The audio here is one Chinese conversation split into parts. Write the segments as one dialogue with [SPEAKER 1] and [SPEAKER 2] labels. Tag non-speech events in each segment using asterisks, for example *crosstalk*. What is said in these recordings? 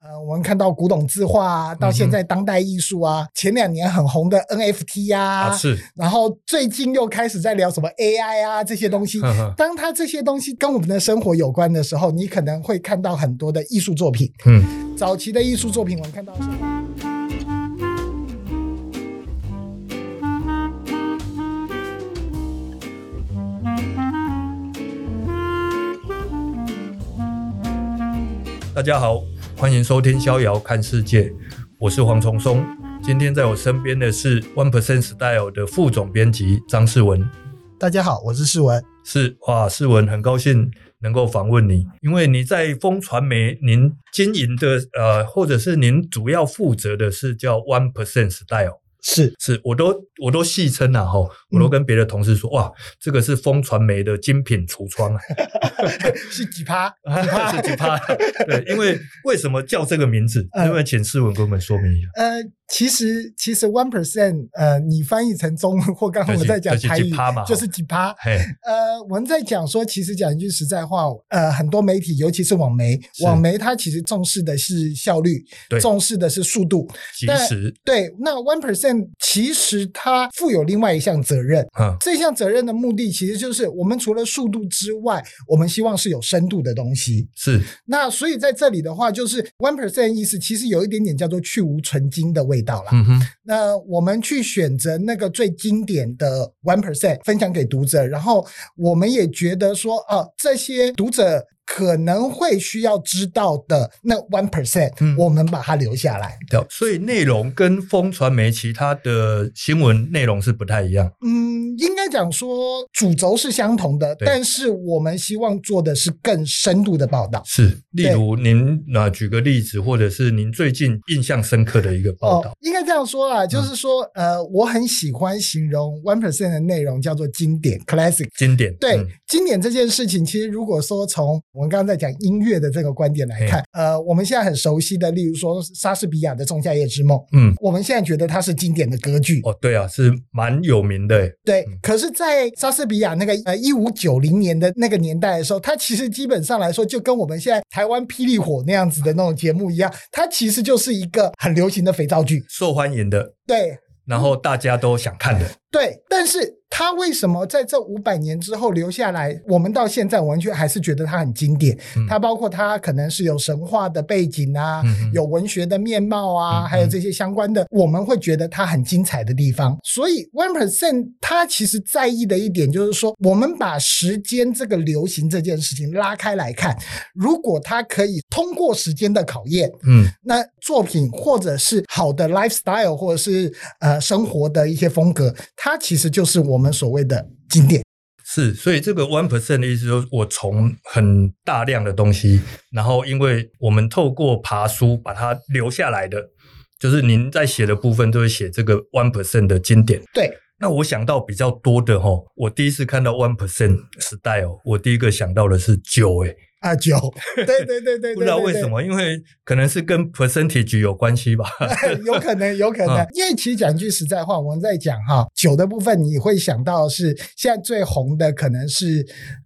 [SPEAKER 1] 呃我们看到古董字画啊，到
[SPEAKER 2] 嗯
[SPEAKER 1] 现在当代艺术啊，前两年很红的 NFT 啊，
[SPEAKER 2] 啊是，
[SPEAKER 1] 然后最近又开始在聊什么 AI 啊这些东西。
[SPEAKER 2] 呵呵
[SPEAKER 1] 当它这些东西跟我们的生活有关的时候，你可能会看到很多的艺术作品。
[SPEAKER 2] 嗯，
[SPEAKER 1] 早期的艺术作品，我们看到是。
[SPEAKER 2] 大家好，欢迎收听《逍遥看世界》，我是黄崇松。今天在我身边的是 One Percent Style 的副总编辑张世文，
[SPEAKER 1] 大家好，我是世文。
[SPEAKER 2] 是哇，世文很高兴能够访问你，因为你在风传媒您经营的呃，或者是您主要负责的是叫 One Percent Style。
[SPEAKER 1] 是 *laughs*
[SPEAKER 2] 是我都我都戏称啊吼，我都跟别的同事说、哇，这个是风传媒的精品橱窗 *laughs* 啊，
[SPEAKER 1] 是几趴？
[SPEAKER 2] 是几趴？对，因为为什么叫这个名字？
[SPEAKER 1] 嗯
[SPEAKER 2] 因为请世文给我们说明一下。
[SPEAKER 1] 呃，其实其实 one percent，呃，你翻译成中文或刚刚我在讲
[SPEAKER 2] 就是
[SPEAKER 1] 台
[SPEAKER 2] 就是
[SPEAKER 1] 语
[SPEAKER 2] 几趴嘛，
[SPEAKER 1] 就是几趴。
[SPEAKER 2] 嘿，
[SPEAKER 1] 呃，我们在讲说，其实讲一句实在话，呃，很多媒体，尤其是网媒，
[SPEAKER 2] 是
[SPEAKER 1] 网媒它其实重视的是效率
[SPEAKER 2] 对，
[SPEAKER 1] 重视的是速度。
[SPEAKER 2] 及
[SPEAKER 1] 但
[SPEAKER 2] 时，
[SPEAKER 1] 对，那 one percent 其实它负有另外一项责任，
[SPEAKER 2] 嗯，
[SPEAKER 1] 这项责任的目的其实就是我们除了速度之外，我们希望是有深度的东西。
[SPEAKER 2] 是
[SPEAKER 1] 那所以在这里的话，就是 one percent 意思，其实有一点点叫做去无存精的味道啦。
[SPEAKER 2] 嗯哼，
[SPEAKER 1] 那我们去选择那个最经典的 one percent 分享给读者，然后我们也觉得说，啊，这些读者可能会需要知道的那 one percent，、
[SPEAKER 2] 嗯
[SPEAKER 1] 我们把它留下来。
[SPEAKER 2] 了所以内容跟风传媒其他的新闻内容是不太一样。
[SPEAKER 1] 嗯，应该讲说主轴是相同的，
[SPEAKER 2] 对
[SPEAKER 1] 但是我们希望做的是更深度的报道。
[SPEAKER 2] 是，例如您那、呃举个例子，或者是您最近印象深刻的一个报道嗯
[SPEAKER 1] 哦，应该这样说啦，就是说，呃，我很喜欢形容 one percent 的内容叫做经典 classic。
[SPEAKER 2] 经典，
[SPEAKER 1] 对、
[SPEAKER 2] 嗯
[SPEAKER 1] 经典这件事情，其实如果说从我们刚刚在讲音乐的这个观点来看，呃，我们现在很熟悉的，例如说莎士比亚的《仲夏夜之梦》，
[SPEAKER 2] 嗯，
[SPEAKER 1] 我们现在觉得它是经典的歌剧，
[SPEAKER 2] 哦，对啊，是蛮有名的欸，
[SPEAKER 1] 对
[SPEAKER 2] 嗯。
[SPEAKER 1] 可是，在莎士比亚那个呃一五九零年的那个年代的时候，它其实基本上来说，就跟我们现在台湾霹雳火那样子的那种节目一样，它其实就是一个很流行的肥皂剧，
[SPEAKER 2] 受欢迎的，
[SPEAKER 1] 对。
[SPEAKER 2] 然后大家都想看的，
[SPEAKER 1] 对，但是它为什么在这五百年之后留下来？我们到现在，我们却还是觉得它很经典。
[SPEAKER 2] 嗯
[SPEAKER 1] 它包括它可能是有神话的背景啊，
[SPEAKER 2] 嗯嗯
[SPEAKER 1] 有文学的面貌啊，
[SPEAKER 2] 嗯嗯
[SPEAKER 1] 还有这些相关的，我们会觉得它很精彩的地方。所以 One Percent 它其实在意的一点就是说，我们把时间这个流行这件事情拉开来看，如果它可以通过时间的考验，
[SPEAKER 2] 嗯，
[SPEAKER 1] 那作品或者是好的 lifestyle，或者是呃生活的一些风格，它其实就是我们所谓的经典。
[SPEAKER 2] 是，所以这个 one percent 的意思就是，我从很大量的东西，然后因为我们透过爬书把它留下来的，就是您在写的部分都会写这个 one percent 的经典。
[SPEAKER 1] 对，
[SPEAKER 2] 那我想到比较多的哈，我第一次看到 one percent style，我第一个想到的是酒，诶，
[SPEAKER 1] 啊，
[SPEAKER 2] *laughs*
[SPEAKER 1] 九，对对对对对，
[SPEAKER 2] 不知道
[SPEAKER 1] 对
[SPEAKER 2] 为什。么，因为可能是跟 percentage 有关系吧。 *laughs*
[SPEAKER 1] 对 *laughs* 有可能，有可能
[SPEAKER 2] 嗯，
[SPEAKER 1] 因为其实讲句实在话，我们在讲哈酒的部分，你会想到是现在最红的可能是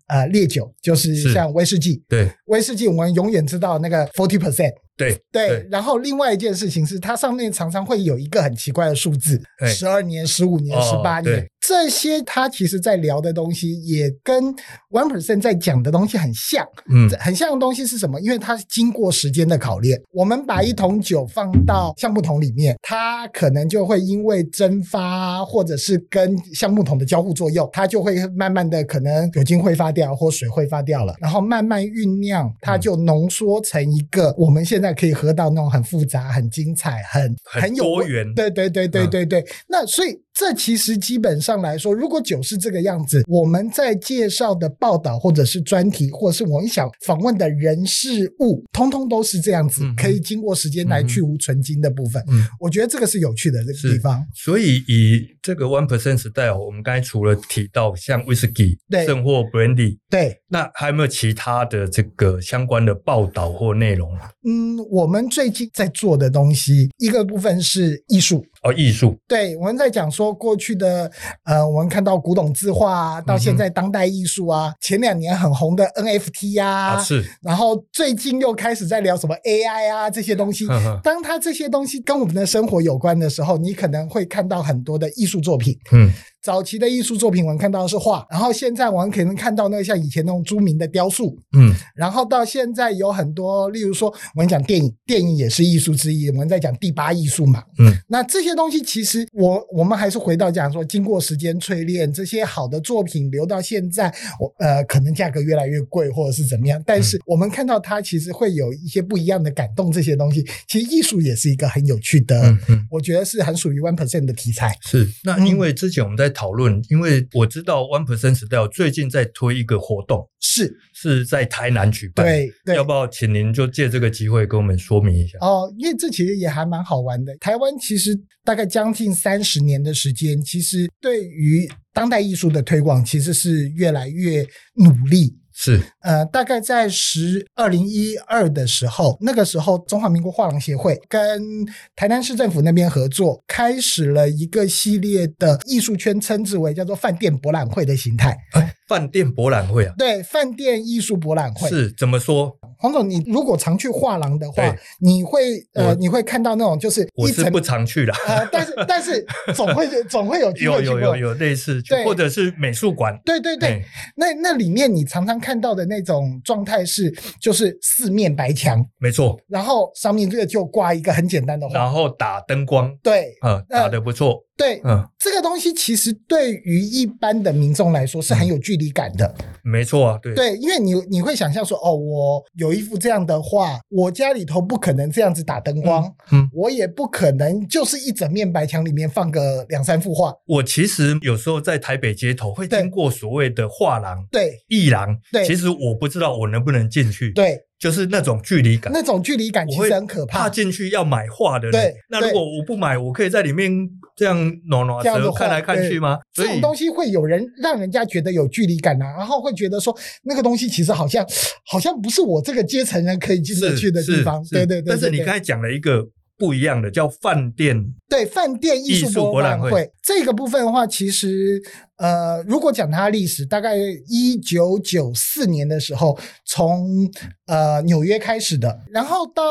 [SPEAKER 1] 呃烈酒，就是
[SPEAKER 2] 是
[SPEAKER 1] 像威士忌，
[SPEAKER 2] 对
[SPEAKER 1] 威士忌我们永远知道那个 forty percent，
[SPEAKER 2] 对
[SPEAKER 1] 对
[SPEAKER 2] 对，
[SPEAKER 1] 然后另外一件事情是，它上面常常会有一个很奇怪的数字，
[SPEAKER 2] 对
[SPEAKER 1] 十二年、十五年、十
[SPEAKER 2] 哎哦
[SPEAKER 1] 八年
[SPEAKER 2] 对，
[SPEAKER 1] 这些它其实在聊的东西也跟 One Percent 在讲的东西很像，
[SPEAKER 2] 嗯
[SPEAKER 1] 很像的东西是什么？因为它是经过时间的考验，我们把一桶酒放到橡木桶里面，它可能就会因为蒸发啊或者是跟橡木桶的交互作用，它就会慢慢的可能酒精挥发掉或水挥发掉了，然后慢慢酝酿，它就浓缩成一个我们现在可以喝到那种很复杂、很精彩、很
[SPEAKER 2] 很
[SPEAKER 1] 有
[SPEAKER 2] 多
[SPEAKER 1] 味
[SPEAKER 2] 元
[SPEAKER 1] 对对对对
[SPEAKER 2] 嗯
[SPEAKER 1] 对对。那所以这其实基本上来说，如果酒是这个样子，我们在介绍的报道或者是专题，或者是我们想访问的人事物，通通都是这样子，
[SPEAKER 2] 嗯哼
[SPEAKER 1] 可以经过时间来去无存精的部分。
[SPEAKER 2] 嗯，
[SPEAKER 1] 我觉得这个是有趣的这个
[SPEAKER 2] 是
[SPEAKER 1] 地方。
[SPEAKER 2] 所以以这个 one percent style，我们刚才除了提到像 whisky、
[SPEAKER 1] 对
[SPEAKER 2] 甚或 brandy，
[SPEAKER 1] 对，
[SPEAKER 2] 那还有没有其他的这个相关的报道或内容啊？
[SPEAKER 1] 嗯，我们最近在做的东西，一个部分是艺术，
[SPEAKER 2] 哦，艺术，
[SPEAKER 1] 对，我们在讲说过去的，呃，我们看到古董字画啊，
[SPEAKER 2] 嗯
[SPEAKER 1] 到现在当代艺术啊，前两年很红的 NFT 呀、
[SPEAKER 2] 啊是，
[SPEAKER 1] 然后最近又开始在聊什么 AI 啊这些东西。
[SPEAKER 2] 呵呵
[SPEAKER 1] 当它这些东西跟我们的生活有关的时候，你可能会看到很多的艺术作品。
[SPEAKER 2] 嗯，
[SPEAKER 1] 早期的艺术作品，我们看到的是画，然后现在我们可能看到那个像以前那种著名的雕塑，
[SPEAKER 2] 嗯，
[SPEAKER 1] 然后到现在有很多，例如说我们讲电影，电影也是艺术之一，我们在讲第八艺术嘛，
[SPEAKER 2] 嗯，
[SPEAKER 1] 那这些东西其实我我们还是回到讲说，经过时间淬炼，这些好的作品留到现在，我呃可能价格越来越贵或者是怎么样，但
[SPEAKER 2] 嗯
[SPEAKER 1] 是我们看到它其实会有一些不一样的感动，这些东西其实艺术也是一个很有趣的，
[SPEAKER 2] 嗯嗯。
[SPEAKER 1] 我觉得是很属于 one percent 的题材，
[SPEAKER 2] 是，那
[SPEAKER 1] 嗯
[SPEAKER 2] 因为之前我们在讨论，因为我知道 One Percent Style 最近在推一个活动，
[SPEAKER 1] 是
[SPEAKER 2] 是在台南举办，
[SPEAKER 1] 对对
[SPEAKER 2] 要。不要请您就借这个机会跟我们说明一下？
[SPEAKER 1] 哦，因为这其实也还蛮好玩的。台湾其实大概将近三十年的时间，其实对于当代艺术的推广其实是越来越努力。
[SPEAKER 2] 是，
[SPEAKER 1] 呃，大概在十二零一二的时候，那个时候中华民国画廊协会跟台南市政府那边合作，开始了一个系列的艺术圈称之为叫做饭店博览会的形态。
[SPEAKER 2] 哎，饭店博览会啊，
[SPEAKER 1] 对，饭店艺术博览会。
[SPEAKER 2] 是怎么说？
[SPEAKER 1] 黄总，你如果常去画廊的话
[SPEAKER 2] 对，
[SPEAKER 1] 你会
[SPEAKER 2] 我
[SPEAKER 1] 呃，你会看到那种就是
[SPEAKER 2] 我
[SPEAKER 1] 一
[SPEAKER 2] 是
[SPEAKER 1] 层
[SPEAKER 2] 不常去啦，
[SPEAKER 1] 呃，但是但是总会总会有机
[SPEAKER 2] 有
[SPEAKER 1] 会去
[SPEAKER 2] 有
[SPEAKER 1] 过。
[SPEAKER 2] 有有类似去，
[SPEAKER 1] 对
[SPEAKER 2] 或者是美术馆，
[SPEAKER 1] 对对对，
[SPEAKER 2] 哎，
[SPEAKER 1] 那那里面你常常看到的那种状态是，就是四面白墙，
[SPEAKER 2] 没错，
[SPEAKER 1] 然后上面这个就挂一个很简单的画。
[SPEAKER 2] 然后打灯光，
[SPEAKER 1] 对
[SPEAKER 2] 嗯，打得不错，
[SPEAKER 1] 对，
[SPEAKER 2] 嗯，
[SPEAKER 1] 这个东西其实对于一般的民众来说是很有距离感的。
[SPEAKER 2] 没错啊，嗯对，
[SPEAKER 1] 对，因为你你会想象说，哦，我有一幅这样的画，我家里头不可能这样子打灯光，
[SPEAKER 2] 嗯，
[SPEAKER 1] 我也不可能就是一整面白墙里面放个两三幅画。
[SPEAKER 2] 我其实有时候在台北街头会
[SPEAKER 1] 对
[SPEAKER 2] 经过所谓的画廊、
[SPEAKER 1] 对
[SPEAKER 2] 艺廊，
[SPEAKER 1] 对
[SPEAKER 2] 其实我不知道我能不能进去，
[SPEAKER 1] 对，
[SPEAKER 2] 就是那种距离感。
[SPEAKER 1] 那种距离感
[SPEAKER 2] 我
[SPEAKER 1] 其
[SPEAKER 2] 会
[SPEAKER 1] 实很可怕
[SPEAKER 2] 怕。进去要买画的人，
[SPEAKER 1] 对
[SPEAKER 2] 那如
[SPEAKER 1] 对
[SPEAKER 2] 果我不买，我可以在里面这样挪挪
[SPEAKER 1] 这样子
[SPEAKER 2] 蛇
[SPEAKER 1] 画
[SPEAKER 2] 看来看去吗？
[SPEAKER 1] 这
[SPEAKER 2] 所
[SPEAKER 1] 种
[SPEAKER 2] 以
[SPEAKER 1] 东西会有人让人家觉得有距离感啊，然后会觉得说那个东西其实好像好像不是我这个阶层人可以进得
[SPEAKER 2] 是
[SPEAKER 1] 去的地
[SPEAKER 2] 是
[SPEAKER 1] 方。
[SPEAKER 2] 是
[SPEAKER 1] 对对对，
[SPEAKER 2] 但是
[SPEAKER 1] 对
[SPEAKER 2] 你
[SPEAKER 1] 对
[SPEAKER 2] 刚才讲了一个不一样的，叫饭店，
[SPEAKER 1] 对饭店艺
[SPEAKER 2] 艺术
[SPEAKER 1] 术
[SPEAKER 2] 博
[SPEAKER 1] 博
[SPEAKER 2] 览
[SPEAKER 1] 览
[SPEAKER 2] 会
[SPEAKER 1] 会这个部分的话，其实呃，如果讲它的历史，大概一九九四年的时候从呃纽约开始的，然后到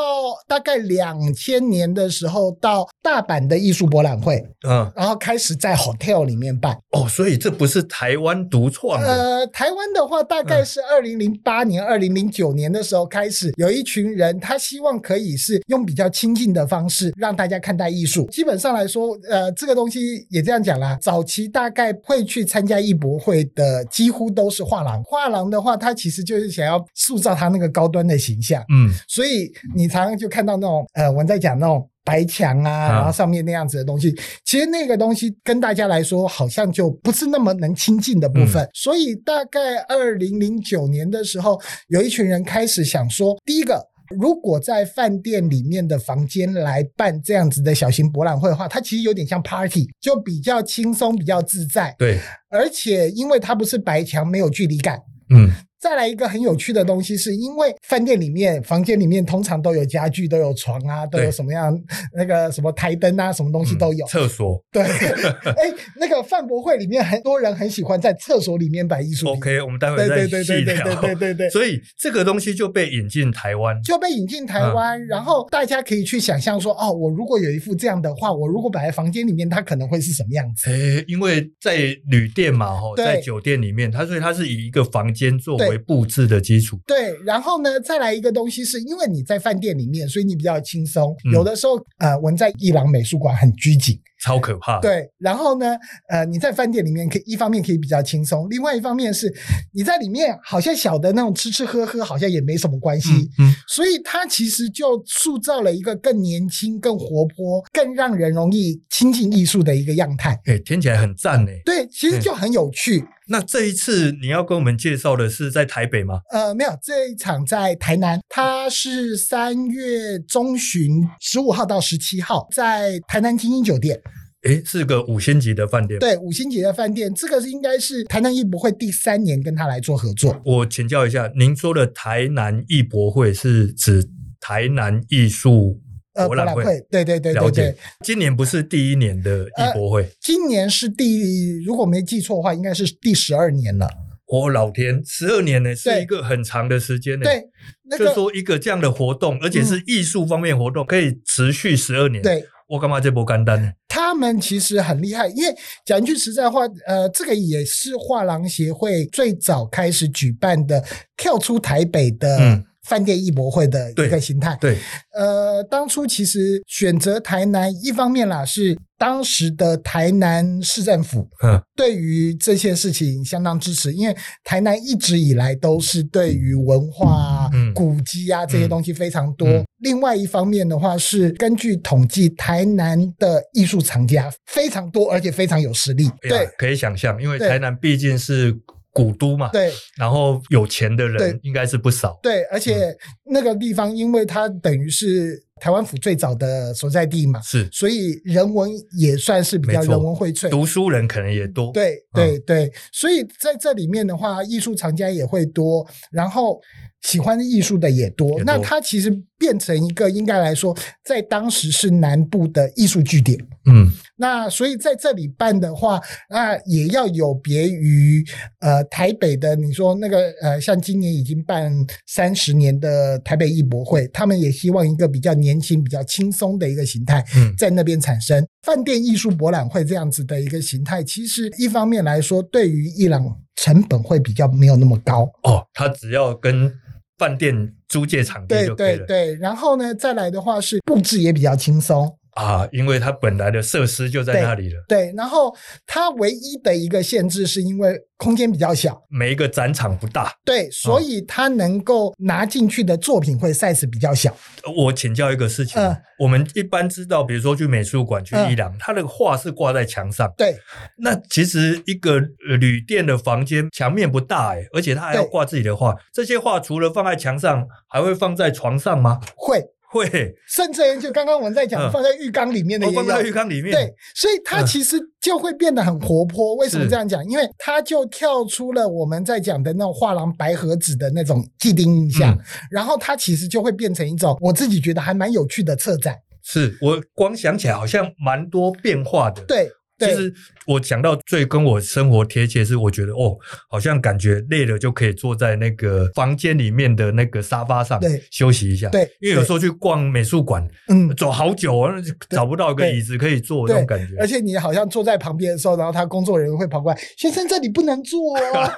[SPEAKER 1] 大概两千年的时候到大阪的艺术博览会，
[SPEAKER 2] 嗯，
[SPEAKER 1] 然后开始在 hotel 里面办。
[SPEAKER 2] 哦，所以这不是台湾独创的，
[SPEAKER 1] 呃，台湾的话，大概是二零零八年、二零零九年的时候开始，有一群人，他希望可以是用比较亲近的方式让大家看待艺术。基本上来说，呃，这个东西也这样讲啦。早期大概会去参加艺博会的，几乎都是画廊。画廊的话，它其实就是想要塑造它那个高端的形象。
[SPEAKER 2] 嗯，
[SPEAKER 1] 所以你常常就看到那种呃，我们在讲那种白墙啊，
[SPEAKER 2] 啊
[SPEAKER 1] 然后上面那样子的东西，其实那个东西跟大家来说好像就不是那么能亲近的部分。所以大概二零零九年的时候，有一群人开始想说，第一个。如果在饭店里面的房间来办这样子的小型博览会的话，它其实有点像 party，就比较轻松、比较自在，
[SPEAKER 2] 对，
[SPEAKER 1] 而且因为它不是白墙，没有距离感，
[SPEAKER 2] 嗯，
[SPEAKER 1] 再来一个很有趣的东西，是因为饭店里面、房间里面通常都有家具、都有床啊，都
[SPEAKER 2] 对
[SPEAKER 1] 有什么样那个什么台灯啊，什么东西都有
[SPEAKER 2] 嗯。厕所。 *laughs*
[SPEAKER 1] 对，哎，那个饭博会里面很多人很喜欢在厕所里面摆艺术品。
[SPEAKER 2] OK，我们待会
[SPEAKER 1] 对
[SPEAKER 2] 再
[SPEAKER 1] 对对
[SPEAKER 2] 细
[SPEAKER 1] 对对
[SPEAKER 2] 聊。
[SPEAKER 1] 对对对
[SPEAKER 2] *laughs*
[SPEAKER 1] 对。
[SPEAKER 2] 所以这个东西就被引进台湾，
[SPEAKER 1] 就被引进台湾，
[SPEAKER 2] 嗯
[SPEAKER 1] 然后大家可以去想象说，哦，我如果有一幅这样的画，我如果摆在房间里面，它可能会是什么样子？
[SPEAKER 2] 诶，因为在旅店嘛，吼，
[SPEAKER 1] 对
[SPEAKER 2] 在酒店里面，它所以它是以一个房间作为
[SPEAKER 1] 对
[SPEAKER 2] 布置的基础。
[SPEAKER 1] 对，然后呢，再来一个东西是，因为你在饭店里面，所以你比较轻松。
[SPEAKER 2] 嗯
[SPEAKER 1] 有的时候，呃，我们在伊朗美术馆很拘谨，
[SPEAKER 2] 超可怕。，
[SPEAKER 1] 对，然后呢，呃，你在饭店里面可以一方面可以比较轻松，另外一方面是你在里面好像小的那种吃吃喝喝好像也没什么关系，
[SPEAKER 2] 嗯嗯，
[SPEAKER 1] 所以它其实就塑造了一个更年轻、更活泼、更让人容易亲近艺术的一个样态。
[SPEAKER 2] 诶，听起来很赞诶。
[SPEAKER 1] 对，其实就很有趣。
[SPEAKER 2] 那这一次你要跟我们介绍的是在台北吗？
[SPEAKER 1] 呃，没有这一场在台南，它是三月中旬十五号到十七号在台南精英酒店。
[SPEAKER 2] 诶，是个五星级的饭店。，
[SPEAKER 1] 对，五星级的饭店，这个是应该是台南艺博会第三年跟他来做合作。
[SPEAKER 2] 我请教一下，您说的台南艺博会是指台南艺术
[SPEAKER 1] 呃
[SPEAKER 2] 博览
[SPEAKER 1] 会
[SPEAKER 2] 会，
[SPEAKER 1] 对对对
[SPEAKER 2] 了
[SPEAKER 1] 对
[SPEAKER 2] 解
[SPEAKER 1] 对。。呃
[SPEAKER 2] 今年不是第一年的艺博会，
[SPEAKER 1] 今年是第，如果没记错的话，应该是第十二年了。
[SPEAKER 2] 我老天，十二年呢，是
[SPEAKER 1] 对
[SPEAKER 2] 一个很长的时间呢。
[SPEAKER 1] 对，那
[SPEAKER 2] 就
[SPEAKER 1] 个嗯
[SPEAKER 2] 说一个这样的活动，而且是艺术方面活动，可以持续十二年。，
[SPEAKER 1] 对，
[SPEAKER 2] 我干嘛这波干单呢？
[SPEAKER 1] 他们其实很厉害，因为讲一句实在话，呃，这个也是画廊协会最早开始举办的，跳出台北的
[SPEAKER 2] 嗯
[SPEAKER 1] 饭店艺博会的一
[SPEAKER 2] 对
[SPEAKER 1] 个形态。
[SPEAKER 2] 对，
[SPEAKER 1] 呃，当初其实选择台南，一方面啦是当时的台南市政府
[SPEAKER 2] 嗯，
[SPEAKER 1] 对于这些事情相当支持，因为台南一直以来都是对于文化、啊
[SPEAKER 2] 嗯、
[SPEAKER 1] 古迹啊这些东西非常多。
[SPEAKER 2] 嗯
[SPEAKER 1] 另外一方面的话，是根据统计，台南的艺术藏家非常多，而且非常有实力。
[SPEAKER 2] 哎
[SPEAKER 1] 对
[SPEAKER 2] 呀，可以想象，因为
[SPEAKER 1] 对
[SPEAKER 2] 台南毕竟是古都嘛，
[SPEAKER 1] 对
[SPEAKER 2] 然后有钱的人
[SPEAKER 1] 对
[SPEAKER 2] 应该是不少。
[SPEAKER 1] 对，而
[SPEAKER 2] 嗯
[SPEAKER 1] 且那个地方，因为它等于是台湾府最早的所在地嘛，
[SPEAKER 2] 是
[SPEAKER 1] 所以人文也算是比较
[SPEAKER 2] 没错
[SPEAKER 1] 人文荟萃。
[SPEAKER 2] 读书人可能也多。，
[SPEAKER 1] 对
[SPEAKER 2] 嗯
[SPEAKER 1] 对对，所以在这里面的话，艺术藏家也会多，然后喜欢艺术的也多。
[SPEAKER 2] 也多
[SPEAKER 1] 那它其实变成一个应该来说，在当时是南部的艺术据点。
[SPEAKER 2] 嗯，
[SPEAKER 1] 那所以在这里办的话，那也要有别于呃台北的，你说那个呃，像今年已经办三十年的台北艺博会，他们也希望一个比较年轻、比较轻松的一个形态，
[SPEAKER 2] 嗯
[SPEAKER 1] 在那边产生饭店艺术博览会这样子的一个形态。其实一方面来说，对于伊朗成本会比较没有那么高，
[SPEAKER 2] 哦，他只要跟饭店租借场地
[SPEAKER 1] 对
[SPEAKER 2] 就可以
[SPEAKER 1] 对
[SPEAKER 2] 了
[SPEAKER 1] 对。然后呢，再来的话是布置也比较轻松，
[SPEAKER 2] 啊，因为他本来的设施就在
[SPEAKER 1] 对
[SPEAKER 2] 那里了。
[SPEAKER 1] 对。然后它唯一的一个限制是因为空间比较小。
[SPEAKER 2] 每一个展场不大，
[SPEAKER 1] 对，所以他能够拿进去的作品会 size 比较小。
[SPEAKER 2] 我请教一个事情，
[SPEAKER 1] 嗯
[SPEAKER 2] 我们一般知道，比如说去美术馆、去
[SPEAKER 1] 嗯
[SPEAKER 2] 伊朗，它的画是挂在墙上。
[SPEAKER 1] 对
[SPEAKER 2] 那其实一个呃旅店的房间墙面不大哎、而且它还要
[SPEAKER 1] 对
[SPEAKER 2] 挂自己的画。这些画除了放在墙上，还会放在床上吗？
[SPEAKER 1] 会，
[SPEAKER 2] 会，
[SPEAKER 1] 甚至就刚刚我们在讲
[SPEAKER 2] 嗯
[SPEAKER 1] 放在浴缸里面的
[SPEAKER 2] 我
[SPEAKER 1] 也有
[SPEAKER 2] 放。在浴缸里面。
[SPEAKER 1] 对，所以它
[SPEAKER 2] 嗯
[SPEAKER 1] 其实就会变得很活泼。为什么
[SPEAKER 2] 是
[SPEAKER 1] 这样讲？因为它就跳出了我们在讲的那种画廊白盒子的那种既定印象，
[SPEAKER 2] 嗯
[SPEAKER 1] 然后它其实就会变成一种我自己觉得还蛮有趣的策展。
[SPEAKER 2] 是我光想起来好像蛮多变化的。，
[SPEAKER 1] 对
[SPEAKER 2] 其
[SPEAKER 1] 对
[SPEAKER 2] 实我想到最跟我生活贴切是，我觉得哦，好像感觉累了就可以坐在那个房间里面的那个沙发上
[SPEAKER 1] 对
[SPEAKER 2] 休息一下。
[SPEAKER 1] 对，
[SPEAKER 2] 因为有时
[SPEAKER 1] 候
[SPEAKER 2] 候去逛美术馆，
[SPEAKER 1] 嗯。
[SPEAKER 2] 走好久啊，找不到一个
[SPEAKER 1] 对
[SPEAKER 2] 椅子可以坐，那
[SPEAKER 1] 对
[SPEAKER 2] 种感觉，
[SPEAKER 1] 而且你好像坐在旁边的时候，然后他工作人员会跑过来，先生这里不能坐
[SPEAKER 2] *laughs*
[SPEAKER 1] 哦。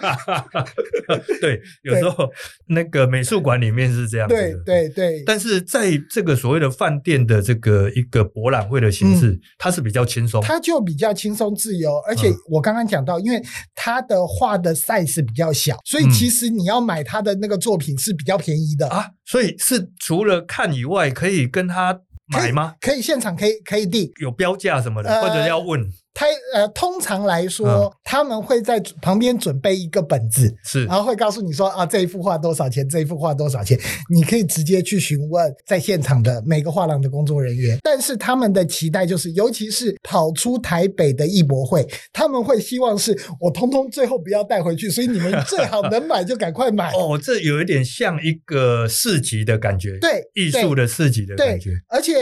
[SPEAKER 2] *laughs* 对，有时候那个美术馆里面是这样子的
[SPEAKER 1] 对。对对，
[SPEAKER 2] 但是在这个所谓的饭店的这个一个博览会的形式，它是比较轻松，
[SPEAKER 1] 嗯它就比较轻松自由，而且
[SPEAKER 2] 嗯
[SPEAKER 1] 我刚刚讲到，因为它的画的 size 比较小，所以
[SPEAKER 2] 嗯
[SPEAKER 1] 其实你要买它的那个作品是比较便宜的，
[SPEAKER 2] 啊，所以是除了看以外，可以跟他买吗？
[SPEAKER 1] 可以现场可以可以订。
[SPEAKER 2] 有标价什么的，
[SPEAKER 1] 呃
[SPEAKER 2] 或者要问
[SPEAKER 1] 它呃，通常来说，
[SPEAKER 2] 嗯
[SPEAKER 1] 他们会在旁边准备一个本子，
[SPEAKER 2] 是
[SPEAKER 1] 然后会告诉你说啊，这一幅画多少钱，这一幅画多少钱，你可以直接去询问在现场的每个画廊的工作人员。但是他们的期待就是，尤其是跑出台北的艺博会，他们会希望是我通通最后不要带回去，所以你们最好能买就赶快买。
[SPEAKER 2] 哦，这有一点像一个市集的感觉，
[SPEAKER 1] 对
[SPEAKER 2] 艺术
[SPEAKER 1] 对
[SPEAKER 2] 的市集的感觉，
[SPEAKER 1] 而且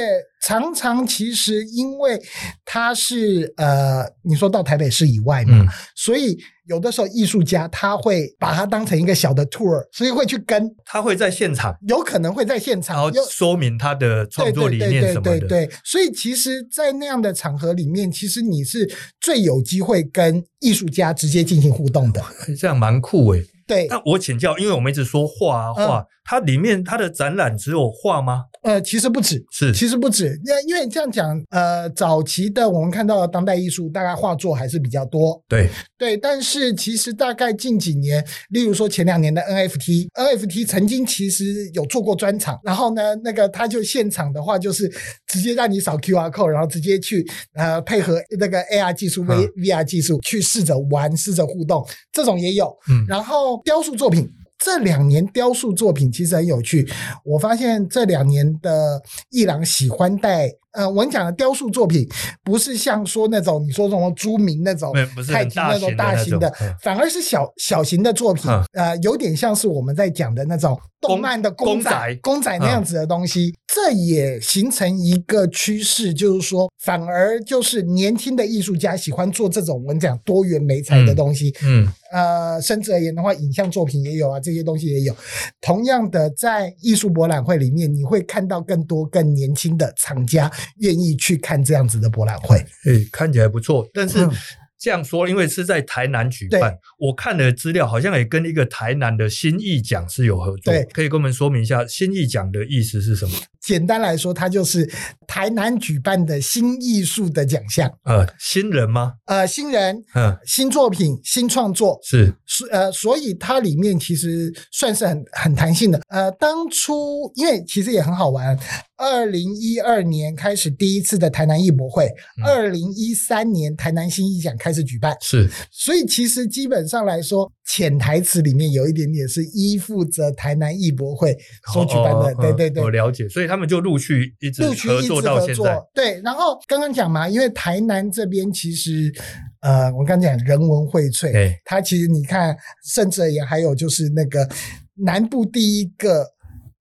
[SPEAKER 1] 常常其实因为它是呃，你说到台北市以外嘛，
[SPEAKER 2] 嗯
[SPEAKER 1] 所以有的时候艺术家他会把它当成一个小的 tour，所以会去跟，
[SPEAKER 2] 他会在现场，
[SPEAKER 1] 有可能会在现
[SPEAKER 2] 然后
[SPEAKER 1] 场有。
[SPEAKER 2] 说明他的哦创作理念什么的，
[SPEAKER 1] 对对对对对，所以其实，在那样的场合里面，其实你是最有机会跟艺术家直接进行互动的。
[SPEAKER 2] 这样蛮酷诶。
[SPEAKER 1] 对，
[SPEAKER 2] 那我请教，因为我们一直说画啊
[SPEAKER 1] 嗯
[SPEAKER 2] 画，它里面它的展览只有画吗？
[SPEAKER 1] 呃，其实不止，
[SPEAKER 2] 是
[SPEAKER 1] 其实不止，因为因为这样讲，呃，早期的我们看到的当代艺术，大概画作还是比较多，
[SPEAKER 2] 对，
[SPEAKER 1] 对，但是其实大概近几年，例如说前两年的 NFT，NFT 曾经其实有做过专场，然后呢，那个他就现场的话，就是直接让你扫 QR code，然后直接去呃配合那个 AR 技术、V
[SPEAKER 2] 嗯
[SPEAKER 1] VR 技术去试着玩、试着互动，这种也有。
[SPEAKER 2] 嗯，
[SPEAKER 1] 然后雕塑作品。这两年雕塑作品其实很有趣，我发现这两年的艺廊喜欢带，呃，我们讲的雕塑作品，不是像说那种你说什么朱明那种
[SPEAKER 2] 没有不是
[SPEAKER 1] 太
[SPEAKER 2] 很
[SPEAKER 1] 极
[SPEAKER 2] 大
[SPEAKER 1] 那种
[SPEAKER 2] 型的
[SPEAKER 1] 大
[SPEAKER 2] 那
[SPEAKER 1] 型的
[SPEAKER 2] 种嗯，
[SPEAKER 1] 反而是小小型的作品
[SPEAKER 2] 嗯，
[SPEAKER 1] 呃，有点像是我们在讲的那种动漫的公
[SPEAKER 2] 公仔嗯
[SPEAKER 1] 仔、公仔那样子的东西，这也形成一个趋势，就是说，反而就是年轻的艺术家喜欢做这种我们讲多元媒材的东西，
[SPEAKER 2] 嗯
[SPEAKER 1] 呃，甚至而言的话，影像作品也有啊，这些东西也有。同样的，在艺术博览会里面，你会看到更多更年轻的厂家愿意去看这样子的博览会。
[SPEAKER 2] 诶，看起来不错，但是
[SPEAKER 1] 嗯
[SPEAKER 2] 这样说，因为是在台南举办，我看了资料，好像也跟一个台南的新艺奖是有合作
[SPEAKER 1] 对，
[SPEAKER 2] 可以跟我们说明一下新艺奖的意思是什么？
[SPEAKER 1] 简单来说，它就是台南举办的新艺术的奖项，
[SPEAKER 2] 呃，新人吗？
[SPEAKER 1] 呃，新人、
[SPEAKER 2] 嗯，
[SPEAKER 1] 新作品、新创作。
[SPEAKER 2] 是，
[SPEAKER 1] 所呃，所以它里面其实算是很很弹性的。呃，当初因为其实也很好玩，二零一二年开始第一次的台南艺博会，
[SPEAKER 2] 嗯
[SPEAKER 1] 二零一三年台南新艺奖开始举办，
[SPEAKER 2] 是，哦
[SPEAKER 1] 所以其实基本上来说，潜台词里面有一点点是依附着台南艺博会所举办的，
[SPEAKER 2] 哦
[SPEAKER 1] 对对
[SPEAKER 2] 我
[SPEAKER 1] 对。
[SPEAKER 2] 了解，所以他们就陆续一直
[SPEAKER 1] 陆续
[SPEAKER 2] 合
[SPEAKER 1] 一直
[SPEAKER 2] 作到
[SPEAKER 1] 合
[SPEAKER 2] 现在。
[SPEAKER 1] 作，对。然后刚刚讲嘛，因为台南这边其实，呃，我刚讲人文荟萃，
[SPEAKER 2] 对，
[SPEAKER 1] 它其实你看，甚至也还有就是那个南部第一个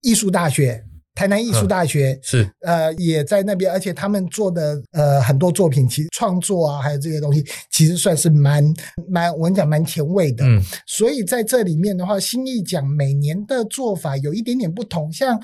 [SPEAKER 1] 艺术大学。台南艺术大学，
[SPEAKER 2] 是，
[SPEAKER 1] 呃，也在那边，而且他们做的呃很多作品，其实创作啊，还有这些东西，其实算是蛮蛮，我跟你讲蛮前卫的。
[SPEAKER 2] 嗯，
[SPEAKER 1] 所以在这里面的话，新艺奖每年的做法有一点点不同。像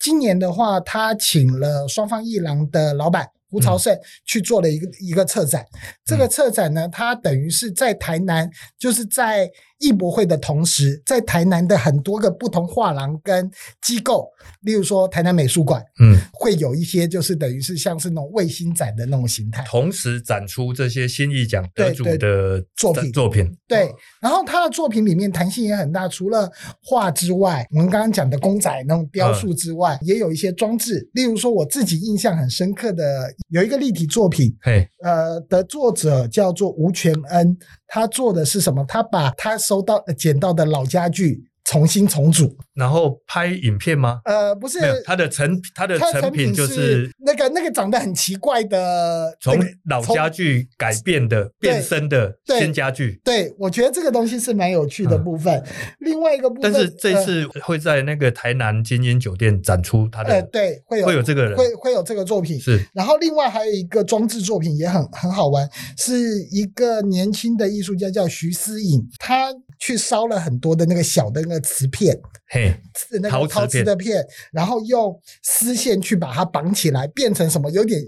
[SPEAKER 1] 今年的话，他请了双方艺廊的老板胡朝胜去做了一个、一个策展。这个策展呢，它等于是在台南，就是在艺博会的同时，在台南的很多个不同画廊跟机构，例如说台南美术馆，
[SPEAKER 2] 嗯，
[SPEAKER 1] 会有一些就是等于是像是那种卫星展的那种形态。
[SPEAKER 2] 同时展出这些新艺奖得
[SPEAKER 1] 对
[SPEAKER 2] 主
[SPEAKER 1] 对
[SPEAKER 2] 的
[SPEAKER 1] 作品
[SPEAKER 2] 作品，
[SPEAKER 1] 对，然后他的作品里面弹性也很大，除了画之外，我们刚刚讲的公仔那种雕塑之外，也有一些装置。例如说，我自己印象很深刻的有一个立体作品，
[SPEAKER 2] 嘿，
[SPEAKER 1] 呃，的作者叫做吴全恩，他做的是什么？他把他收到、呃捡到的老家具重新重组。
[SPEAKER 2] 然后拍影片吗？
[SPEAKER 1] 呃，不是
[SPEAKER 2] 没，有，他的成他的
[SPEAKER 1] 他的
[SPEAKER 2] 成品就是
[SPEAKER 1] 那个那个长得很奇怪的
[SPEAKER 2] 从
[SPEAKER 1] 那个
[SPEAKER 2] 老
[SPEAKER 1] 从
[SPEAKER 2] 家具改变的、变身的
[SPEAKER 1] 对
[SPEAKER 2] 新家具。
[SPEAKER 1] 对，我觉得这个东西是蛮有趣的
[SPEAKER 2] 嗯
[SPEAKER 1] 部分。另外一个部分，
[SPEAKER 2] 但是这
[SPEAKER 1] 呃
[SPEAKER 2] 次会在那个台南金鹰酒店展出他
[SPEAKER 1] 呃，
[SPEAKER 2] 的，
[SPEAKER 1] 对，会有
[SPEAKER 2] 会有这个人
[SPEAKER 1] 会会有这个作品。
[SPEAKER 2] 是
[SPEAKER 1] 然后另外还有一个装置作品也很很好玩，是一个年轻的艺术家叫徐思颖，他去烧了很多的那个小的那个瓷片，
[SPEAKER 2] 嘿，
[SPEAKER 1] 瓷那
[SPEAKER 2] 陶
[SPEAKER 1] 个
[SPEAKER 2] 瓷
[SPEAKER 1] 陶瓷
[SPEAKER 2] 片
[SPEAKER 1] 的片，然后用丝线去把它绑起来，变成什么有点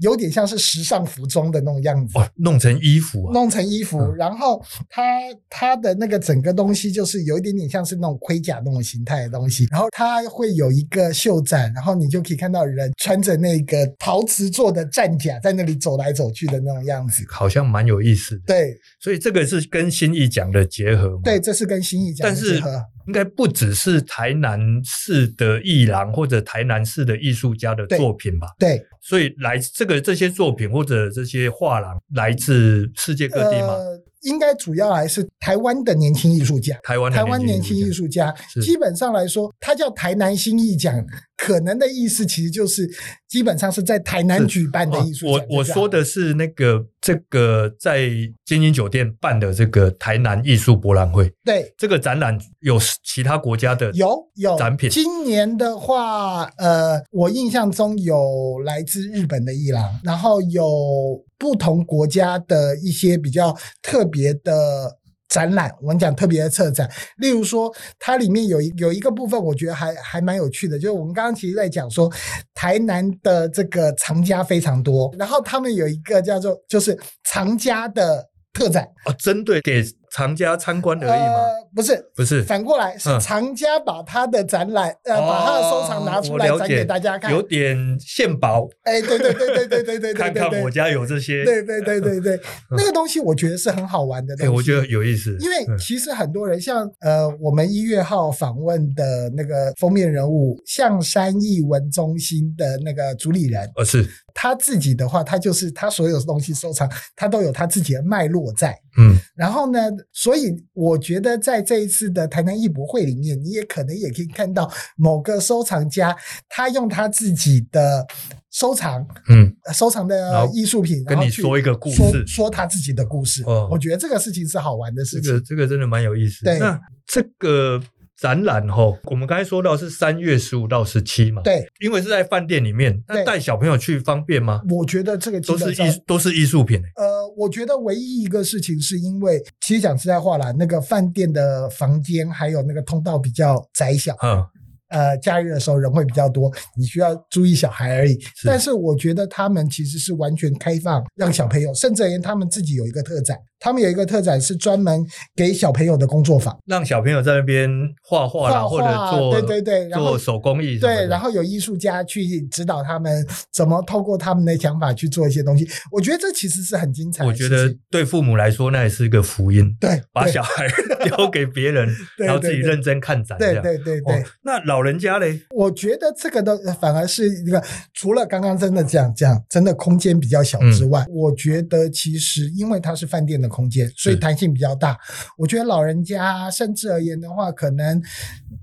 [SPEAKER 1] 有点像是时尚服装的那种样子。
[SPEAKER 2] 哇，哦弄成衣服啊，
[SPEAKER 1] 弄成衣服，
[SPEAKER 2] 嗯
[SPEAKER 1] 然后它它的那个整个东西就是有一点点像是那种盔甲那种形态的东西，然后它会有一个袖展，然后你就可以看到人穿着那个陶瓷做的战甲在那里走来走去的那种样子。
[SPEAKER 2] 好像蛮有意思的。
[SPEAKER 1] 对
[SPEAKER 2] 所以这个是跟新艺奖的结合嘛？
[SPEAKER 1] 对，，这是跟新意讲
[SPEAKER 2] 嗯但
[SPEAKER 1] 的结
[SPEAKER 2] 是
[SPEAKER 1] 合。
[SPEAKER 2] 应该不只是台南市的艺廊或者台南市的艺术家的
[SPEAKER 1] 对
[SPEAKER 2] 作品吧？
[SPEAKER 1] 对，
[SPEAKER 2] 所以来这个这些作品或者这些画廊来自世界各地吗？
[SPEAKER 1] 呃，应该主要还是台湾的年轻艺术家。
[SPEAKER 2] 台湾的
[SPEAKER 1] 台湾年轻
[SPEAKER 2] 轻
[SPEAKER 1] 艺
[SPEAKER 2] 家
[SPEAKER 1] 术家
[SPEAKER 2] 是，
[SPEAKER 1] 基本上来说，它叫台南新艺奖，可能的意思其实就是基本上是在台南
[SPEAKER 2] 是
[SPEAKER 1] 举办的
[SPEAKER 2] 哦
[SPEAKER 1] 艺术
[SPEAKER 2] 我
[SPEAKER 1] 奖就
[SPEAKER 2] 我
[SPEAKER 1] 这样
[SPEAKER 2] 说的是那个这个在金鹰酒店办的这个台南艺术博览会，
[SPEAKER 1] 对，
[SPEAKER 2] 这个展览有其他国家的
[SPEAKER 1] 有有
[SPEAKER 2] 展品
[SPEAKER 1] 今年的话，呃，我印象中有来自日本的艺廊，然后有不同国家的一些比较特别的。展览，我们讲特别的策展，例如说，它里面有一有一个部分，我觉得还还蛮有趣的，就是我们刚刚其实在讲说，台南的这个藏家非常多，然后他们有一个叫做就是藏家的特展
[SPEAKER 2] 哦，针对给藏家参观而已吗？
[SPEAKER 1] 呃，不是，
[SPEAKER 2] 不是，
[SPEAKER 1] 反过来是
[SPEAKER 2] 嗯
[SPEAKER 1] 藏家把他的展览，呃，
[SPEAKER 2] 哦
[SPEAKER 1] 把他的收藏拿出来
[SPEAKER 2] 我了
[SPEAKER 1] 展
[SPEAKER 2] 解
[SPEAKER 1] 给大家看
[SPEAKER 2] 有。点献宝，
[SPEAKER 1] 哎，对对对对对对对对
[SPEAKER 2] *laughs* 看
[SPEAKER 1] 对
[SPEAKER 2] 看
[SPEAKER 1] 对
[SPEAKER 2] 我，家有这些，
[SPEAKER 1] 对对对对对，那个东西我觉得是很好玩的东
[SPEAKER 2] 哎，
[SPEAKER 1] 西。
[SPEAKER 2] 我觉得有意思，
[SPEAKER 1] 因为
[SPEAKER 2] 嗯
[SPEAKER 1] 其实很多人像呃，我们一月号访问的那个封面人物象山艺文中心的那个主理人，
[SPEAKER 2] 呃是，
[SPEAKER 1] 他自己的话，他就是他所有东西收藏，他都有他自己的脉络在。
[SPEAKER 2] 嗯，
[SPEAKER 1] 然后呢，所以我觉得在这一次的台南艺博会里面，你也可能也可以看到某个收藏家，他用他自己的收藏、
[SPEAKER 2] 嗯，
[SPEAKER 1] 呃收藏
[SPEAKER 2] 然
[SPEAKER 1] 的
[SPEAKER 2] 后
[SPEAKER 1] 艺术品，
[SPEAKER 2] 跟
[SPEAKER 1] 然后
[SPEAKER 2] 你
[SPEAKER 1] 去
[SPEAKER 2] 说一个故事
[SPEAKER 1] 说说他自己的故事。
[SPEAKER 2] 哦
[SPEAKER 1] 我觉得这个事情是好玩的
[SPEAKER 2] 这
[SPEAKER 1] 事情。
[SPEAKER 2] 个这个真的蛮有意思。
[SPEAKER 1] 对
[SPEAKER 2] 那这个展览吼，我们刚才说到是三月十五到十七嘛，，
[SPEAKER 1] 对，
[SPEAKER 2] 因为是在饭店里面，那
[SPEAKER 1] 对
[SPEAKER 2] 带小朋友去方便吗？
[SPEAKER 1] 我觉得这个基
[SPEAKER 2] 都是
[SPEAKER 1] 本上
[SPEAKER 2] 艺都是艺术品、欸，
[SPEAKER 1] 呃，我觉得唯一一个事情是因为，其实讲实在话啦，那个饭店的房间还有那个通道比较窄小，
[SPEAKER 2] 嗯，
[SPEAKER 1] 呃，假日的时候人会比较多，你需要注意小孩而已。但是我觉得他们其实是完全开放，让小朋友，甚至连他们自己有一个特展，他们有一个特展是专门给小朋友的工作坊，
[SPEAKER 2] 让小朋友在那边画画啦，
[SPEAKER 1] 画
[SPEAKER 2] 或者
[SPEAKER 1] 画
[SPEAKER 2] 做
[SPEAKER 1] 对对对然后
[SPEAKER 2] 做手工艺什么的，
[SPEAKER 1] 对，然后有艺术家去指导他们怎么透过他们的想法去做一些东西。我觉得这其实是很精彩的
[SPEAKER 2] 我
[SPEAKER 1] 事情。
[SPEAKER 2] 觉得对父母来说那也是一个福音，
[SPEAKER 1] 对，
[SPEAKER 2] 把
[SPEAKER 1] 对
[SPEAKER 2] 小孩 *laughs* 交给别人，
[SPEAKER 1] *laughs* 对
[SPEAKER 2] 然后自己
[SPEAKER 1] 对对
[SPEAKER 2] 认真看展，这
[SPEAKER 1] 对
[SPEAKER 2] 样。
[SPEAKER 1] 对对对
[SPEAKER 2] 哦，，那老人家嘞？
[SPEAKER 1] 我觉得这个的反而是一个，除了刚刚真的讲讲，真的空间比较小之外，我觉得其实因为它是饭店的空间，所以弹性比较大。我觉得老人家甚至而言的话，可能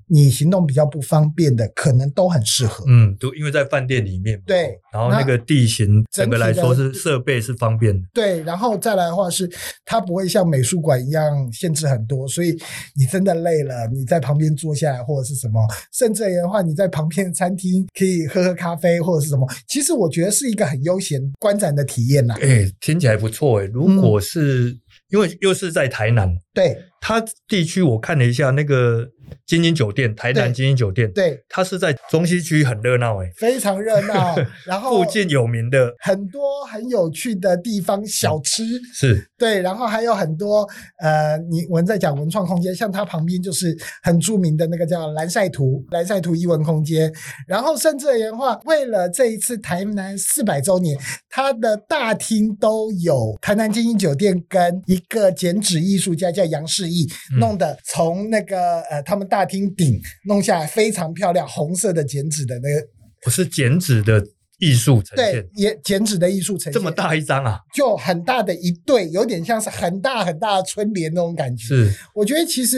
[SPEAKER 1] 你行动比较不方便的，可能都很适合。
[SPEAKER 2] 嗯，都因为在饭店里面嘛，
[SPEAKER 1] 对
[SPEAKER 2] 哦然后那
[SPEAKER 1] 那
[SPEAKER 2] 个地形整
[SPEAKER 1] 整
[SPEAKER 2] 个
[SPEAKER 1] 体
[SPEAKER 2] 来
[SPEAKER 1] 的
[SPEAKER 2] 说是设备是方便的，
[SPEAKER 1] 对，然后再来的话是，它不会像美术馆一样限制很多，所以你真的累了，你在旁边坐下来或者是什么，甚至而言的话，你在旁边的餐厅可以喝喝咖啡或者是什么，其实我觉得是一个很悠闲观展的体验啦。
[SPEAKER 2] 哎、听起来不错哎、如果是、
[SPEAKER 1] 嗯
[SPEAKER 2] 因为又是在台南，
[SPEAKER 1] 对
[SPEAKER 2] 它地区我看了一下那个金鹰酒店，台南
[SPEAKER 1] 对
[SPEAKER 2] 金鹰酒店，
[SPEAKER 1] 对，
[SPEAKER 2] 它是在中西区很热闹哎，
[SPEAKER 1] 非常热闹，
[SPEAKER 2] *laughs*
[SPEAKER 1] 然后
[SPEAKER 2] 附近有名的
[SPEAKER 1] 很多很有趣的地方小吃，
[SPEAKER 2] 是
[SPEAKER 1] 对，然后还有很多呃，你我们在讲文创空间，像它旁边就是很著名的那个叫蓝晒图，蓝晒图艺文空间。然后甚至而言的话，为了这一次台南四百周年，它的大厅都有台南精英酒店跟一个剪纸艺术家叫杨世义
[SPEAKER 2] 嗯
[SPEAKER 1] 弄的，从那个呃他们大厅顶弄下来非常漂亮，红色的剪纸的那个
[SPEAKER 2] 不是剪纸的艺术呈
[SPEAKER 1] 对
[SPEAKER 2] 现，，
[SPEAKER 1] 也剪纸的艺术呈现
[SPEAKER 2] 这么，大一张啊，
[SPEAKER 1] 就很大的一对，有点像是很大很大的春联那种感觉。
[SPEAKER 2] 是
[SPEAKER 1] 我觉得其实，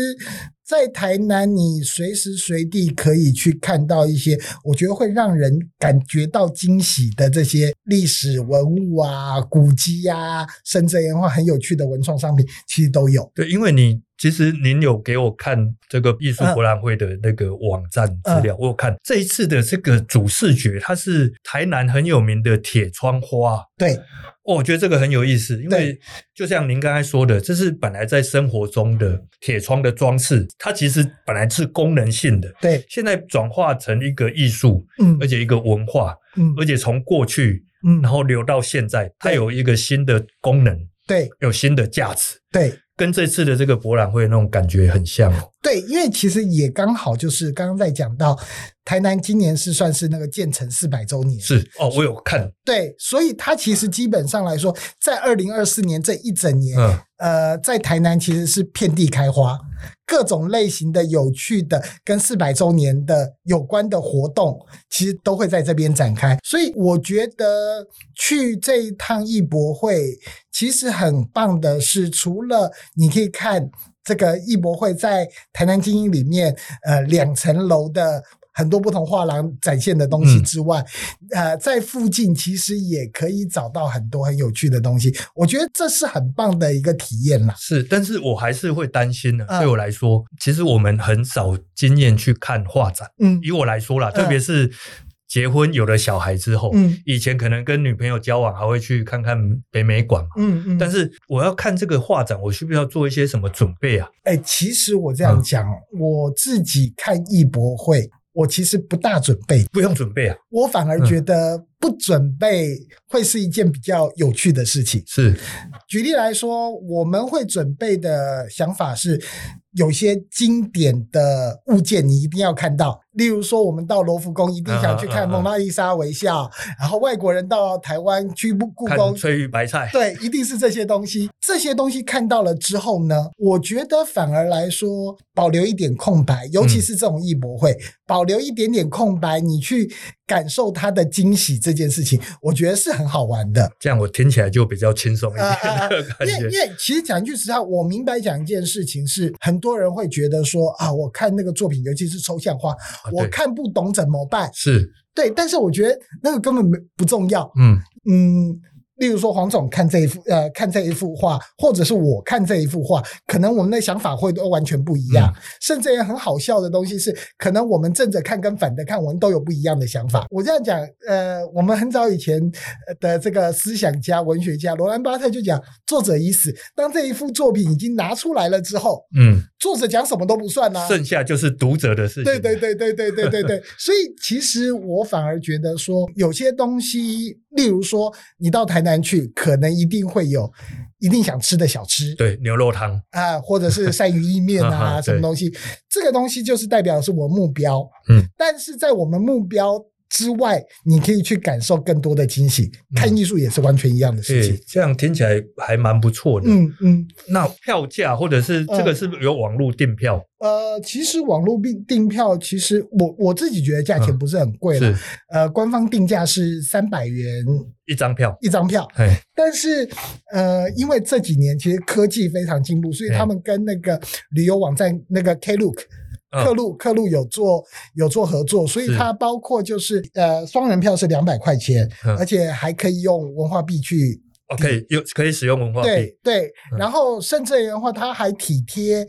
[SPEAKER 1] 在台南，你随时随地可以去看到一些我觉得会让人感觉到惊喜的这些历史文物啊、古迹啊，甚至言话很有趣的文创商品，其实都有。
[SPEAKER 2] 对，因为你其实您有给我看这个艺术博览会的那个网站
[SPEAKER 1] 嗯
[SPEAKER 2] 资料，我有看这一次的这个主视觉，它是台南很有名的铁窗花。
[SPEAKER 1] 对
[SPEAKER 2] 哦，我觉得这个很有意思，因为
[SPEAKER 1] 对
[SPEAKER 2] 就像您刚才说的，这是本来在生活中的铁窗的装饰，它其实本来是功能性的，
[SPEAKER 1] 对，
[SPEAKER 2] 现在转化成一个艺术，
[SPEAKER 1] 嗯
[SPEAKER 2] 而且一个文化，
[SPEAKER 1] 嗯
[SPEAKER 2] 而且从过去
[SPEAKER 1] 嗯
[SPEAKER 2] 然，后流到现在，它
[SPEAKER 1] 对
[SPEAKER 2] 有一个新的功能，
[SPEAKER 1] 对
[SPEAKER 2] 有新的价值。
[SPEAKER 1] 对。
[SPEAKER 2] 跟这次的这个博览会那种感觉很像
[SPEAKER 1] *laughs*
[SPEAKER 2] 哦。
[SPEAKER 1] 对，因为其实也刚好就是刚刚在讲到，台南今年是算是那个建成四百周年，
[SPEAKER 2] 是哦，我有看，
[SPEAKER 1] 对，所以它其实基本上来说，在二零二四年这一整年，
[SPEAKER 2] 嗯，
[SPEAKER 1] 呃，在台南其实是遍地开花，各种类型的有趣的跟四百周年的有关的活动，其实都会在这边展开。所以我觉得去这一趟艺博会，其实很棒的是，除了你可以看这个艺博会在台南精英里面，呃，两层楼的。很多不同画廊展现的东西
[SPEAKER 2] 嗯
[SPEAKER 1] 之外，呃，在附近其实也可以找到很多很有趣的东西，我觉得这是很棒的一个体验啦。
[SPEAKER 2] 是，但是我还是会担心呢。
[SPEAKER 1] 嗯
[SPEAKER 2] 对我来说，其实我们很少经验去看画展。
[SPEAKER 1] 嗯
[SPEAKER 2] 以我来说啦，
[SPEAKER 1] 嗯
[SPEAKER 2] 特别是结婚有了小孩之后，
[SPEAKER 1] 嗯
[SPEAKER 2] 以前可能跟女朋友交往还会去看看北美馆嘛。
[SPEAKER 1] 嗯嗯，
[SPEAKER 2] 但是我要看这个画展，我需不需要做一些什么准备啊？
[SPEAKER 1] 哎、其实我这样讲，哦我自己看艺博会，我其实不大准备，
[SPEAKER 2] 不用准备
[SPEAKER 1] *laughs*
[SPEAKER 2] 啊，
[SPEAKER 1] 我反而觉得不准备会是一件比较有趣的事情。
[SPEAKER 2] 是
[SPEAKER 1] 举例来说，我们会准备的想法是，有些经典的物件你一定要看到，例如说，我们到罗浮宫一定想去
[SPEAKER 2] 嗯
[SPEAKER 1] 看
[SPEAKER 2] 嗯嗯
[SPEAKER 1] 蒙娜丽莎微笑，然后外国人到台湾去故故
[SPEAKER 2] 看
[SPEAKER 1] 宫
[SPEAKER 2] 翠玉白菜。
[SPEAKER 1] 对，一定是这些东西。这些东西看到了之后呢，我觉得反而来说保留一点空白，尤
[SPEAKER 2] 嗯
[SPEAKER 1] 其是这种艺博会，保留一点点空白，你去感受它的惊喜这件事情，我觉得是很好玩的。
[SPEAKER 2] 这样我听起来就比较轻松一点
[SPEAKER 1] 啊啊啊
[SPEAKER 2] 的 *laughs*
[SPEAKER 1] 因
[SPEAKER 2] 感
[SPEAKER 1] 为
[SPEAKER 2] 觉。
[SPEAKER 1] 因为其实讲一句实话，我明白讲一件事情是，很多人会觉得说啊，我看那个作品，尤其是抽象画，我
[SPEAKER 2] 啊哦对
[SPEAKER 1] 看不懂怎么办？
[SPEAKER 2] 是，
[SPEAKER 1] 对，但是我觉得那个根本没不重要，
[SPEAKER 2] 嗯，
[SPEAKER 1] 嗯，例如说黄总看这一幅呃看这一幅画，或者是我看这一幅画，可能我们的想法会都完全不一样。甚至也很好笑的东西是，可能我们正着看跟反着看，我们都有不一样的想法。我这样讲，呃，我们很早以前呃的这个思想家、文学家罗兰巴特就讲，作者已死。当这一幅作品已经拿出来了之后，
[SPEAKER 2] 嗯，
[SPEAKER 1] 作者讲什么都不算啊啦、
[SPEAKER 2] 剩下就是读者的事情。
[SPEAKER 1] 对对对对对对对
[SPEAKER 2] *laughs*
[SPEAKER 1] 对，所以其实我反而觉得说，有些东西，例如说你到台南去，可能一定会有一定想吃的小吃，
[SPEAKER 2] 对牛肉汤，
[SPEAKER 1] 啊，或者是鳝鱼意面
[SPEAKER 2] *laughs* 啊
[SPEAKER 1] 啊，
[SPEAKER 2] 哈
[SPEAKER 1] 什么
[SPEAKER 2] 对
[SPEAKER 1] 东西，这个东西就是代表是我们目标。
[SPEAKER 2] 嗯，
[SPEAKER 1] 但是在我们目标之外，你可以去感受更多的惊喜。看艺术也是完全一样的事
[SPEAKER 2] 嗯对
[SPEAKER 1] 情。，
[SPEAKER 2] 这样听起来还蛮不错的。
[SPEAKER 1] 嗯嗯，
[SPEAKER 2] 那票价或者是这个
[SPEAKER 1] 嗯
[SPEAKER 2] 是不是有网络订票？
[SPEAKER 1] 呃，其实网络订订票，其实我我自己觉得价钱
[SPEAKER 2] 嗯
[SPEAKER 1] 不是很贵了。
[SPEAKER 2] 是
[SPEAKER 1] 呃，官方定价是三百元
[SPEAKER 2] 一张票。
[SPEAKER 1] 一张票，
[SPEAKER 2] 哎，
[SPEAKER 1] 但是呃，因为这几年其实科技非常进步，所以
[SPEAKER 2] 嗯
[SPEAKER 1] 他们跟那个旅游网站那个 Klook。
[SPEAKER 2] 嗯
[SPEAKER 1] 客路客路有做有做合作，所以
[SPEAKER 2] 是
[SPEAKER 1] 它包括就是呃双人票是两百块钱，
[SPEAKER 2] 嗯
[SPEAKER 1] 而且还可以用文化币去
[SPEAKER 2] 哦，可以有可以使用文化币
[SPEAKER 1] 嗯对对，
[SPEAKER 2] 嗯
[SPEAKER 1] 然后甚至的话，它还体贴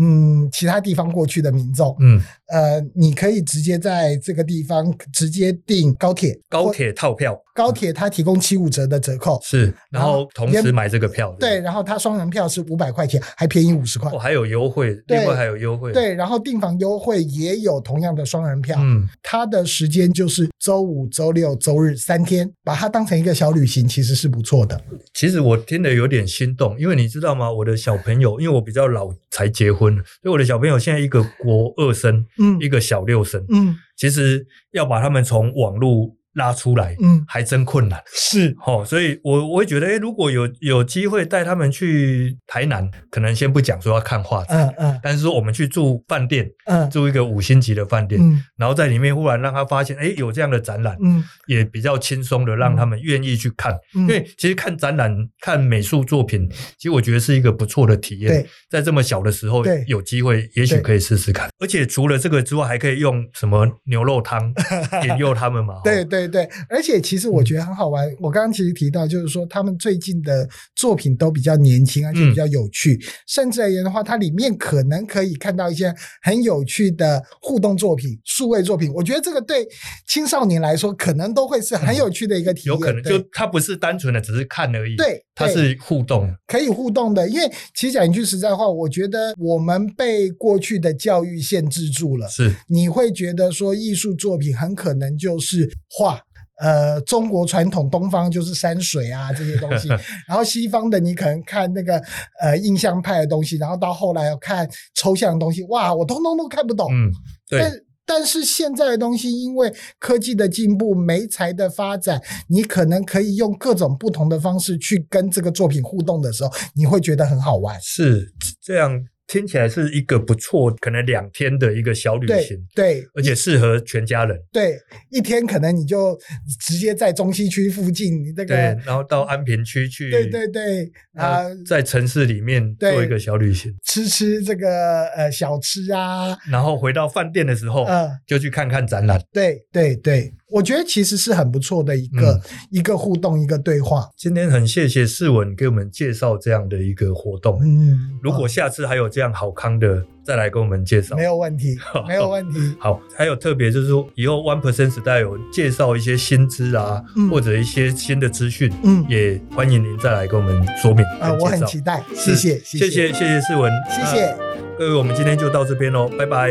[SPEAKER 1] 嗯其他地方过去的民众，
[SPEAKER 2] 嗯，
[SPEAKER 1] 呃，你可以直接在这个地方直接订高铁，
[SPEAKER 2] 高铁套票
[SPEAKER 1] 高铁它提供七五折的折扣，
[SPEAKER 2] 是，然
[SPEAKER 1] 然后
[SPEAKER 2] 后同时
[SPEAKER 1] 连
[SPEAKER 2] 买这个票。
[SPEAKER 1] 对，，然后它双人票是五百块钱，还便宜五十块
[SPEAKER 2] 哦，，还有优惠，
[SPEAKER 1] 对
[SPEAKER 2] 另外还有优惠。，
[SPEAKER 1] 对，然后订房优惠也有同样的双人票，
[SPEAKER 2] 嗯，
[SPEAKER 1] 它的时间就是周五、周六、周日三天，把它当成一个小旅行，其实是不错的。
[SPEAKER 2] 其实我听得有点心动，因为你知道吗？我的小朋友，因为我比较老才结婚，所以我的小朋友现在一个国二生，
[SPEAKER 1] 嗯
[SPEAKER 2] 一个小六生，
[SPEAKER 1] 嗯
[SPEAKER 2] 其实要把他们从网络拉出来，
[SPEAKER 1] 嗯，
[SPEAKER 2] 还真困难。
[SPEAKER 1] 是
[SPEAKER 2] 哦，所以我我会觉得，诶，如果有有机会带他们去台南，可能先不讲说要看画展，
[SPEAKER 1] 嗯嗯
[SPEAKER 2] 但是说我们去住饭店，
[SPEAKER 1] 嗯
[SPEAKER 2] 住一个五星级的饭店，
[SPEAKER 1] 嗯
[SPEAKER 2] 然后在里面忽然让他发现，诶，有这样的展览，
[SPEAKER 1] 嗯
[SPEAKER 2] 也比较轻松的让他们愿意去看。因为
[SPEAKER 1] 嗯，
[SPEAKER 2] 其实看展览、看美术作品，其实我觉得是一个不错的体验
[SPEAKER 1] 对。
[SPEAKER 2] 在这么小的时候
[SPEAKER 1] 对，
[SPEAKER 2] 有机会也许
[SPEAKER 1] 对
[SPEAKER 2] 可以试试看。而且除了这个之外，还可以用什么牛
[SPEAKER 1] *laughs*
[SPEAKER 2] 肉汤引诱他们嘛？哦
[SPEAKER 1] 对，对对，而且其实我觉得很好玩。我刚刚其实提到，就是说他们最近的作品都比较年轻，而
[SPEAKER 2] 嗯
[SPEAKER 1] 且比较有趣。甚至而言的话，它里面可能可以看到一些很有趣的互动作品、数位作品。我觉得这个对青少年来说，可能都会是很有趣的一个体验。
[SPEAKER 2] 有可能
[SPEAKER 1] 对
[SPEAKER 2] 就它不是单纯的只是看而已，
[SPEAKER 1] 对
[SPEAKER 2] 它是互动。
[SPEAKER 1] 可以互动的，因为其实讲一句实在话，我觉得我们被过去的教育限制住了。
[SPEAKER 2] 是，
[SPEAKER 1] 你会觉得说艺术作品很可能就是画，呃，中国传统东方就是山水
[SPEAKER 2] *laughs*
[SPEAKER 1] 啊这些东西，然后西方的你可能看那个呃印象派的东西，然后到后来看抽象的东西，哇，我通通都看不懂。
[SPEAKER 2] 嗯，对，
[SPEAKER 1] 哦但但是现在的东西，因为科技的进步、媒材的发展，你可能可以用各种不同的方式去跟这个作品互动的时候，你会觉得很好玩。
[SPEAKER 2] 是这样。听起来是一个不错，可能两天的一个小旅
[SPEAKER 1] 对
[SPEAKER 2] 行，
[SPEAKER 1] 对
[SPEAKER 2] 而且适合全家人。
[SPEAKER 1] 对，一天可能你就直接在中西区附近，你这
[SPEAKER 2] 对
[SPEAKER 1] 个，
[SPEAKER 2] 然后到安平区去，
[SPEAKER 1] 对对对啊、
[SPEAKER 2] 啊，在城市里面
[SPEAKER 1] 对
[SPEAKER 2] 做一个小旅行。
[SPEAKER 1] 吃吃这个呃小吃啊，
[SPEAKER 2] 然后回到饭店的时候，
[SPEAKER 1] 嗯、
[SPEAKER 2] 就去看看展览。
[SPEAKER 1] 对对对，我觉得其实是很不错的一
[SPEAKER 2] 嗯
[SPEAKER 1] 个、一个互动，一个对话。
[SPEAKER 2] 今天很谢谢世文给我们介绍这样的一个活动。
[SPEAKER 1] 嗯，
[SPEAKER 2] 如果下次还有这样好康的，再来跟我们介绍
[SPEAKER 1] 没。有问题，没有问题。
[SPEAKER 2] *laughs* 好，还有特别就是说，以后 One Percent 时代有介绍一些新知啊，
[SPEAKER 1] 嗯
[SPEAKER 2] 或者一些新的资讯，
[SPEAKER 1] 嗯
[SPEAKER 2] 也欢迎您再来跟我们说明
[SPEAKER 1] 啊、
[SPEAKER 2] 跟
[SPEAKER 1] 我
[SPEAKER 2] 介
[SPEAKER 1] 很
[SPEAKER 2] 绍
[SPEAKER 1] 期待，谢
[SPEAKER 2] 是嗯
[SPEAKER 1] 谢，
[SPEAKER 2] 谢谢，谢谢世文，
[SPEAKER 1] 谢谢。
[SPEAKER 2] 那各位，我们今天就到这边喽，拜拜。